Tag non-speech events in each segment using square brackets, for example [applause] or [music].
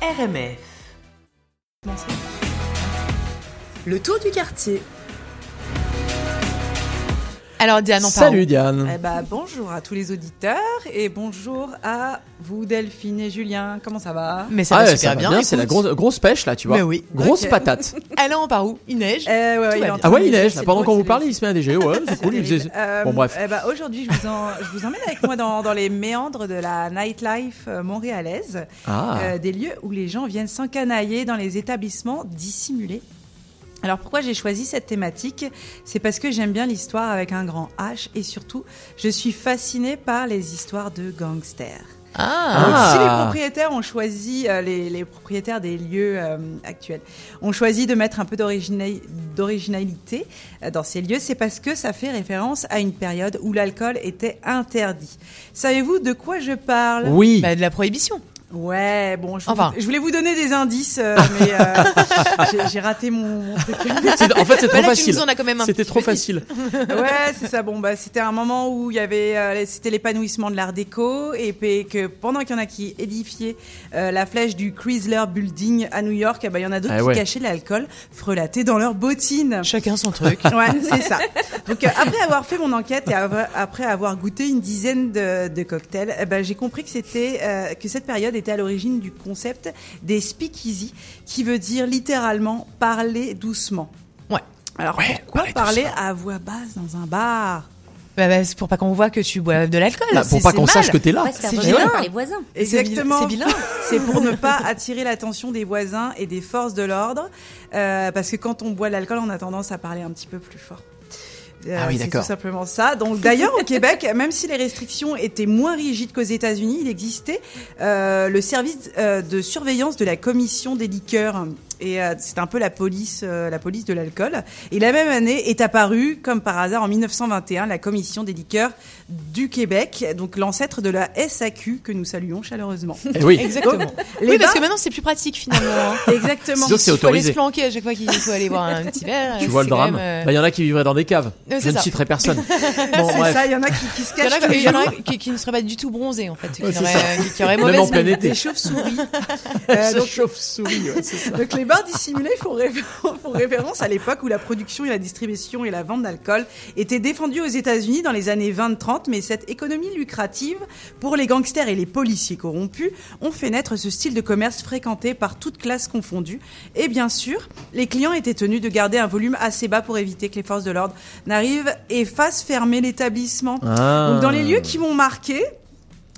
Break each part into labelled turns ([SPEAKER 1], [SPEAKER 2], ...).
[SPEAKER 1] RMF.
[SPEAKER 2] Merci.
[SPEAKER 1] Le tour du quartier. Alors Diane, on
[SPEAKER 3] Salut Diane.
[SPEAKER 1] Ah,
[SPEAKER 2] Eh ben, bonjour à tous les auditeurs et bonjour à vous Delphine et Julien. Comment ça va
[SPEAKER 1] Mais ça
[SPEAKER 3] Ah
[SPEAKER 1] va
[SPEAKER 3] ouais,
[SPEAKER 1] super bien.
[SPEAKER 3] c'est la
[SPEAKER 1] écoute.
[SPEAKER 3] grosse, grosse pêche là, tu vois.
[SPEAKER 1] Mais oui.
[SPEAKER 3] Grosse
[SPEAKER 2] Ok. [laughs]
[SPEAKER 3] patate.
[SPEAKER 1] Alors on part où Il neige
[SPEAKER 2] Eh ouais, ouais,
[SPEAKER 1] Tout va
[SPEAKER 2] il est
[SPEAKER 1] bien.
[SPEAKER 2] en train
[SPEAKER 3] Ah
[SPEAKER 2] de
[SPEAKER 3] ouais, il
[SPEAKER 2] neiger,
[SPEAKER 3] neige.
[SPEAKER 2] c'est
[SPEAKER 3] là. Pendant
[SPEAKER 2] trop,
[SPEAKER 3] qu'on vous
[SPEAKER 2] c'est
[SPEAKER 3] parle, il se met à dégeler. Ouais, c'est cool. il
[SPEAKER 2] terrible. [laughs]
[SPEAKER 3] faisait-
[SPEAKER 2] Euh,
[SPEAKER 3] Bon, bref.
[SPEAKER 2] eh ben, Aujourd'hui, je vous en- je vous emmène avec moi dans, dans les méandres de la nightlife euh, montréalaise,
[SPEAKER 3] Ah.
[SPEAKER 2] euh, des lieux où les gens viennent s'encanailler dans les établissements dissimulés. Alors pourquoi j'ai choisi cette thématique C'est parce que j'aime bien l'histoire avec un grand H et surtout, je suis fascinée par les histoires de gangsters.
[SPEAKER 1] Ah,
[SPEAKER 2] Donc,
[SPEAKER 3] Ah.
[SPEAKER 2] si les propriétaires ont choisi, euh, les, les propriétaires des lieux euh, actuels, ont choisi de mettre un peu d'originali- d'originalité euh, dans ces lieux, c'est parce que ça fait référence à une période où l'alcool était interdit. Savez-vous de quoi je parle
[SPEAKER 3] Oui.
[SPEAKER 1] bah, de la prohibition.
[SPEAKER 2] Ouais, bon, je, vous-
[SPEAKER 1] Enfin.
[SPEAKER 2] je voulais vous donner des indices, euh, mais euh, j'ai- j'ai raté mon, mon truc.
[SPEAKER 3] C'est- En fait,
[SPEAKER 1] [laughs]
[SPEAKER 3] c'est trop
[SPEAKER 1] Bah, là, tu
[SPEAKER 3] facile.
[SPEAKER 1] nous en as quand même un
[SPEAKER 3] C'était
[SPEAKER 1] petit
[SPEAKER 3] trop
[SPEAKER 1] peu
[SPEAKER 3] facile.
[SPEAKER 2] [laughs]
[SPEAKER 3] Bah,
[SPEAKER 2] ouais, c'est ça. Bon, bah, c'était un moment où il y avait, euh, c'était l'épanouissement de l'art déco et puis que pendant qu'il y en a qui édifiaient euh, la flèche du Chrysler Building à New York, eh ben, il y en a d'autres
[SPEAKER 3] Ah
[SPEAKER 2] qui
[SPEAKER 3] ouais.
[SPEAKER 2] cachaient de l'alcool frelaté dans leurs bottines.
[SPEAKER 1] dit. Chacun son
[SPEAKER 3] [laughs]
[SPEAKER 1] truc.
[SPEAKER 2] Ouais, c'est ça. Donc euh, après avoir fait mon enquête et av- après avoir goûté une dizaine de, de cocktails, eh ben, j'ai compris que c'était euh, que cette période était à l'origine du concept des speakeasy, qui veut dire littéralement parler doucement.
[SPEAKER 1] Ouais.
[SPEAKER 2] Alors
[SPEAKER 3] Ouais,
[SPEAKER 2] pourquoi
[SPEAKER 3] parler
[SPEAKER 2] parler à voix basse dans un bar
[SPEAKER 1] Bah, bah, c'est pour pas qu'on voit que tu bois de l'alcool.
[SPEAKER 3] Bah,
[SPEAKER 1] c'est-
[SPEAKER 3] pour pas
[SPEAKER 1] c'est
[SPEAKER 3] qu'on
[SPEAKER 1] mal.
[SPEAKER 3] sache que t'es là.
[SPEAKER 4] Pas se
[SPEAKER 1] Ah,
[SPEAKER 4] faire
[SPEAKER 1] C'est
[SPEAKER 4] remarquer
[SPEAKER 1] vilain.
[SPEAKER 4] par les voisins.
[SPEAKER 1] Et c'est vil-
[SPEAKER 2] Exactement.
[SPEAKER 1] C'est vilain.
[SPEAKER 2] C'est pour ne
[SPEAKER 3] [laughs]
[SPEAKER 2] pas attirer l'attention des voisins et des forces de l'ordre, euh, parce que quand on boit de l'alcool, on a tendance à parler un petit peu plus fort. Euh,
[SPEAKER 3] Ah oui,
[SPEAKER 2] c'est
[SPEAKER 3] d'accord.
[SPEAKER 2] tout simplement ça. Donc d'ailleurs
[SPEAKER 1] [laughs]
[SPEAKER 2] au Québec, même si les restrictions étaient moins rigides qu'aux États-Unis, il existait euh, le service euh, de surveillance de la commission des liqueurs et euh, c'est un peu la police euh, la police de l'alcool. Et la même année est apparue comme par hasard en 1921 la commission des liqueurs du Québec, donc l'ancêtre de la SAQ que nous saluons chaleureusement.
[SPEAKER 3] Eh oui.
[SPEAKER 1] Exactement.
[SPEAKER 2] Les
[SPEAKER 1] oui, parce
[SPEAKER 2] bars-
[SPEAKER 1] que maintenant c'est plus pratique finalement. hein.
[SPEAKER 2] Exactement.
[SPEAKER 3] Disons que [laughs] c'est
[SPEAKER 1] Il faut aller
[SPEAKER 3] autorisé.
[SPEAKER 1] se planquer à chaque fois qu'il faut aller boire un petit verre.
[SPEAKER 3] Tu vois le
[SPEAKER 1] c'est quand
[SPEAKER 3] drame.
[SPEAKER 1] même, euh,
[SPEAKER 3] Bah, il y en a qui vivraient dans des caves.
[SPEAKER 1] c'est
[SPEAKER 3] Je ne
[SPEAKER 1] ça. [laughs]
[SPEAKER 3] citerai personne. Bon,
[SPEAKER 2] C'est
[SPEAKER 3] bref.
[SPEAKER 2] ça, il y en a qui, qui se
[SPEAKER 1] Il y en
[SPEAKER 3] [laughs]
[SPEAKER 2] cachent
[SPEAKER 1] a, il
[SPEAKER 2] toujours.
[SPEAKER 1] y en a qui, qui ne seraient pas du tout bronzés en fait, qui,
[SPEAKER 3] Bah, Ouais, c'est
[SPEAKER 1] auraient, euh, qui auraient
[SPEAKER 3] [laughs] Même en
[SPEAKER 1] mauvaise
[SPEAKER 3] plein
[SPEAKER 1] mine.
[SPEAKER 3] été.
[SPEAKER 2] chauves-souris.
[SPEAKER 3] [laughs]
[SPEAKER 2] Euh, donc,
[SPEAKER 3] chauve-souris,
[SPEAKER 1] [laughs]
[SPEAKER 3] ouais, c'est ça.
[SPEAKER 2] donc les bars dissimulés font, réfé- [laughs] font référence à l'époque où la production et la distribution et la vente d'alcool étaient défendues aux États-Unis dans les années 20-30, mais cette économie lucrative pour les gangsters et les policiers corrompus ont fait naître ce style de commerce fréquenté par toute classe confondue. Et bien sûr, les clients étaient tenus de garder un volume assez bas pour éviter que les forces de l'ordre n'arrivent et fassent fermer l'établissement.
[SPEAKER 3] Ah.
[SPEAKER 2] Donc dans les lieux qui m'ont marqué,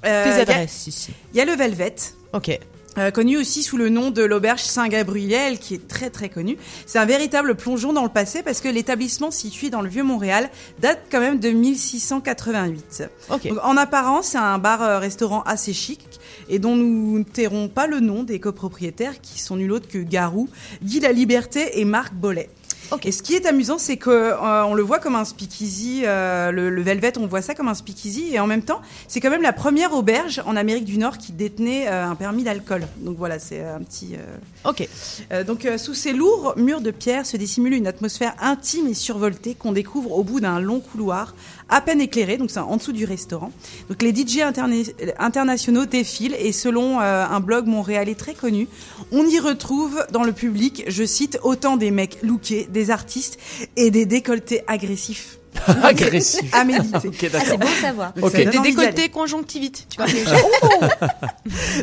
[SPEAKER 2] euh, il y
[SPEAKER 1] Tes
[SPEAKER 2] a-
[SPEAKER 1] adresses ici.
[SPEAKER 2] il y a le Velvet.
[SPEAKER 1] Ok.
[SPEAKER 2] euh, connu aussi sous le nom de l'auberge Saint-Gabriel, qui est très très connu. C'est un véritable plongeon dans le passé parce que l'établissement situé dans le vieux Montréal date quand même de 1688.
[SPEAKER 1] Ok.
[SPEAKER 2] Donc, en apparence, c'est un bar-restaurant assez chic et dont nous ne tairons pas le nom des copropriétaires qui sont nul autre que Garou, Guy La Liberté et Marc Bollet.
[SPEAKER 1] Ok.
[SPEAKER 2] Et ce qui est amusant, c'est que euh, on le voit comme un speakeasy, euh, le, le Velvet, on voit ça comme un speakeasy, et en même temps, c'est quand même la première auberge en Amérique du Nord qui détenait euh, un permis d'alcool. Donc voilà, c'est un petit. euh,
[SPEAKER 1] Ok.
[SPEAKER 2] euh, donc, euh, sous ces lourds murs de pierre se dissimule une atmosphère intime et survoltée qu'on découvre au bout d'un long couloir, à peine éclairé, donc c'est en dessous du restaurant. Donc, les DJ interna- internationaux défilent et selon euh, un blog montréalais très connu, on y retrouve dans le public, je cite, autant des mecs lookés, des artistes et des décolletés agressifs
[SPEAKER 3] [laughs] Agressif.
[SPEAKER 2] à méditer.
[SPEAKER 3] Ok,
[SPEAKER 4] Ah, c'est
[SPEAKER 3] d'accord.
[SPEAKER 4] bon à savoir.
[SPEAKER 2] Donc,
[SPEAKER 3] Ok.
[SPEAKER 2] ça donne
[SPEAKER 1] Des
[SPEAKER 2] envie d'y aller.
[SPEAKER 1] décolletés conjonctivites. Tu vois, les-
[SPEAKER 3] [laughs]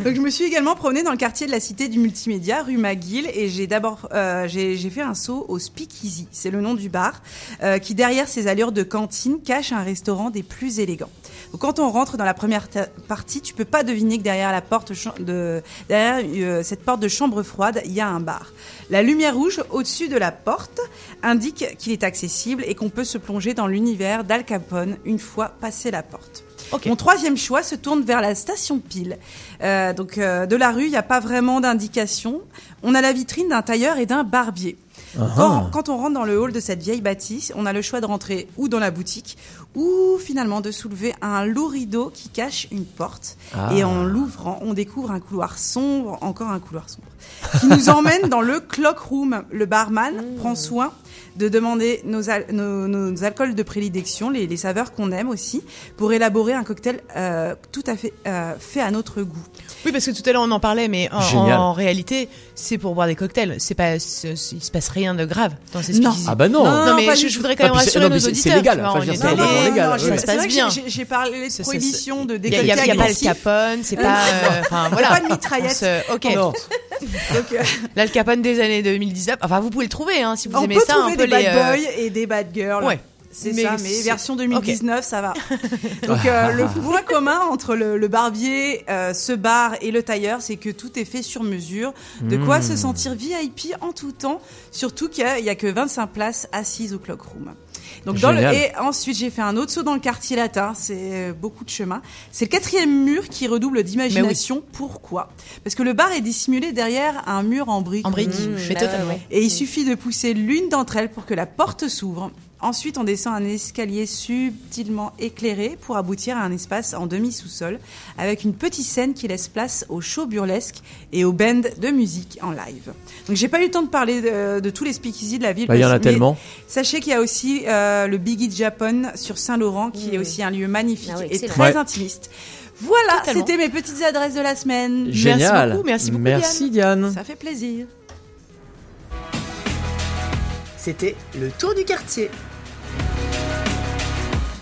[SPEAKER 2] Donc je me suis également promenée dans le quartier de la Cité du Multimédia, rue McGill, et j'ai d'abord euh, j'ai j'ai fait un saut au Speakeasy, c'est le nom du bar, euh, qui derrière ses allures de cantine cache un restaurant des plus élégants. Donc quand on rentre dans la première ta- partie, tu peux pas deviner que derrière la porte cha- de derrière euh, cette porte de chambre froide, il y a un bar. La lumière rouge au-dessus de la porte indique qu'il est accessible et qu'on peut se plonger dans l'univers d'Al Capone une fois passé la porte.
[SPEAKER 1] Ok.
[SPEAKER 2] Mon troisième choix se tourne vers la station pile. Euh, donc euh, de la rue, il n'y a pas vraiment d'indication. On a la vitrine d'un tailleur et d'un barbier. Quand, quand on rentre dans le hall de cette vieille bâtisse, on a le choix de rentrer ou dans la boutique ou finalement de soulever un lourd rideau qui cache une porte.
[SPEAKER 3] Ah.
[SPEAKER 2] Et en l'ouvrant, on découvre un couloir sombre, encore un couloir sombre, qui nous emmène dans le clock room. Le barman prend soin de demander nos, al- nos- nos alcools de prédilection, les, les saveurs qu'on aime aussi, pour élaborer un cocktail euh, tout à fait euh, fait à notre goût.
[SPEAKER 1] Oui, parce que tout à l'heure on en parlait, mais en,
[SPEAKER 3] Génial.
[SPEAKER 1] en réalité, c'est pour boire des cocktails. C'est pas, c'est- il se passe rien de grave dans ces
[SPEAKER 2] Non.
[SPEAKER 1] speakeasy.
[SPEAKER 3] Ah bah non.
[SPEAKER 1] Non,
[SPEAKER 2] non, pas
[SPEAKER 1] mais je,
[SPEAKER 2] du
[SPEAKER 1] je voudrais quand même
[SPEAKER 3] Ah, puis c'est-
[SPEAKER 1] rassurer
[SPEAKER 3] non,
[SPEAKER 1] nos
[SPEAKER 3] mais c'est-
[SPEAKER 1] auditeurs.
[SPEAKER 3] c'est légal.
[SPEAKER 1] tu vois,
[SPEAKER 3] Enfin,
[SPEAKER 1] on
[SPEAKER 3] je veux
[SPEAKER 1] est
[SPEAKER 3] dire, c'est
[SPEAKER 1] allé-
[SPEAKER 3] légal, légal, hein.
[SPEAKER 1] non, hein.
[SPEAKER 3] ouais.
[SPEAKER 1] ça se
[SPEAKER 2] c'est vrai
[SPEAKER 1] passe
[SPEAKER 2] que
[SPEAKER 1] bien.
[SPEAKER 2] j'ai- j'ai- J'ai parlé
[SPEAKER 1] Ça, ça,
[SPEAKER 2] de prohibition, de
[SPEAKER 1] Il n'y a,
[SPEAKER 2] décolleté
[SPEAKER 1] y a pas le
[SPEAKER 2] agressif.
[SPEAKER 1] Capone, c'est pas. euh, Enfin voilà.
[SPEAKER 2] pas de mitraillette.
[SPEAKER 1] On se- ok.
[SPEAKER 3] Non.
[SPEAKER 2] Donc, euh,
[SPEAKER 1] L'Al Capone des années 2019. Enfin, vous pouvez le trouver hein, si vous
[SPEAKER 2] on
[SPEAKER 1] aimez
[SPEAKER 2] peut
[SPEAKER 1] ça.
[SPEAKER 2] trouver
[SPEAKER 1] un peu
[SPEAKER 2] des
[SPEAKER 1] les, euh,
[SPEAKER 2] bad boys et des bad girls.
[SPEAKER 1] Ouais.
[SPEAKER 2] C'est
[SPEAKER 1] Mais
[SPEAKER 2] ça, mais
[SPEAKER 1] c'est- Ah.
[SPEAKER 2] version 2019,
[SPEAKER 1] [laughs]
[SPEAKER 2] ça va. Donc euh, le point commun entre le, le barbier, euh, ce bar et le tailleur, c'est que tout est fait sur mesure. De quoi
[SPEAKER 1] Hmm.
[SPEAKER 3] Mmh.
[SPEAKER 2] se sentir VIP en tout temps, surtout qu'il n'y a, que 25 places assises au clockroom. Donc dans le,
[SPEAKER 3] Génial.
[SPEAKER 2] et ensuite j'ai fait un autre saut dans le quartier latin, c'est euh, beaucoup de chemin. C'est le quatrième mur qui redouble d'imagination. Pourquoi Parce que le bar est dissimulé derrière un mur en briques.
[SPEAKER 1] En briques.
[SPEAKER 2] Mmh.
[SPEAKER 1] mais
[SPEAKER 4] bah
[SPEAKER 1] totalement.
[SPEAKER 2] Et
[SPEAKER 4] Mm.
[SPEAKER 2] il suffit de pousser l'une d'entre elles pour que la porte s'ouvre. Ensuite, on descend un escalier subtilement éclairé pour aboutir à un espace en demi-sous-sol avec une petite scène qui laisse place au show burlesque et au band de musique en live. Donc, j'ai pas eu le temps de parler de, de tous les speakeasy de la ville.
[SPEAKER 3] Bah, il y en
[SPEAKER 2] parce-
[SPEAKER 3] a
[SPEAKER 2] mais
[SPEAKER 3] tellement.
[SPEAKER 2] Sachez qu'il y a aussi euh, le Biggie Japan sur Saint-Laurent qui est
[SPEAKER 4] Mmh.
[SPEAKER 2] aussi un lieu magnifique
[SPEAKER 4] Ah oui,
[SPEAKER 2] et
[SPEAKER 4] excellent.
[SPEAKER 2] très
[SPEAKER 3] Ouais.
[SPEAKER 2] intimiste. Voilà,
[SPEAKER 1] Totalement.
[SPEAKER 2] c'était mes petites adresses de la semaine.
[SPEAKER 3] Génial.
[SPEAKER 1] beaucoup, merci beaucoup,
[SPEAKER 3] Merci Diane.
[SPEAKER 2] Ça fait plaisir.
[SPEAKER 4] C'était le tour du quartier.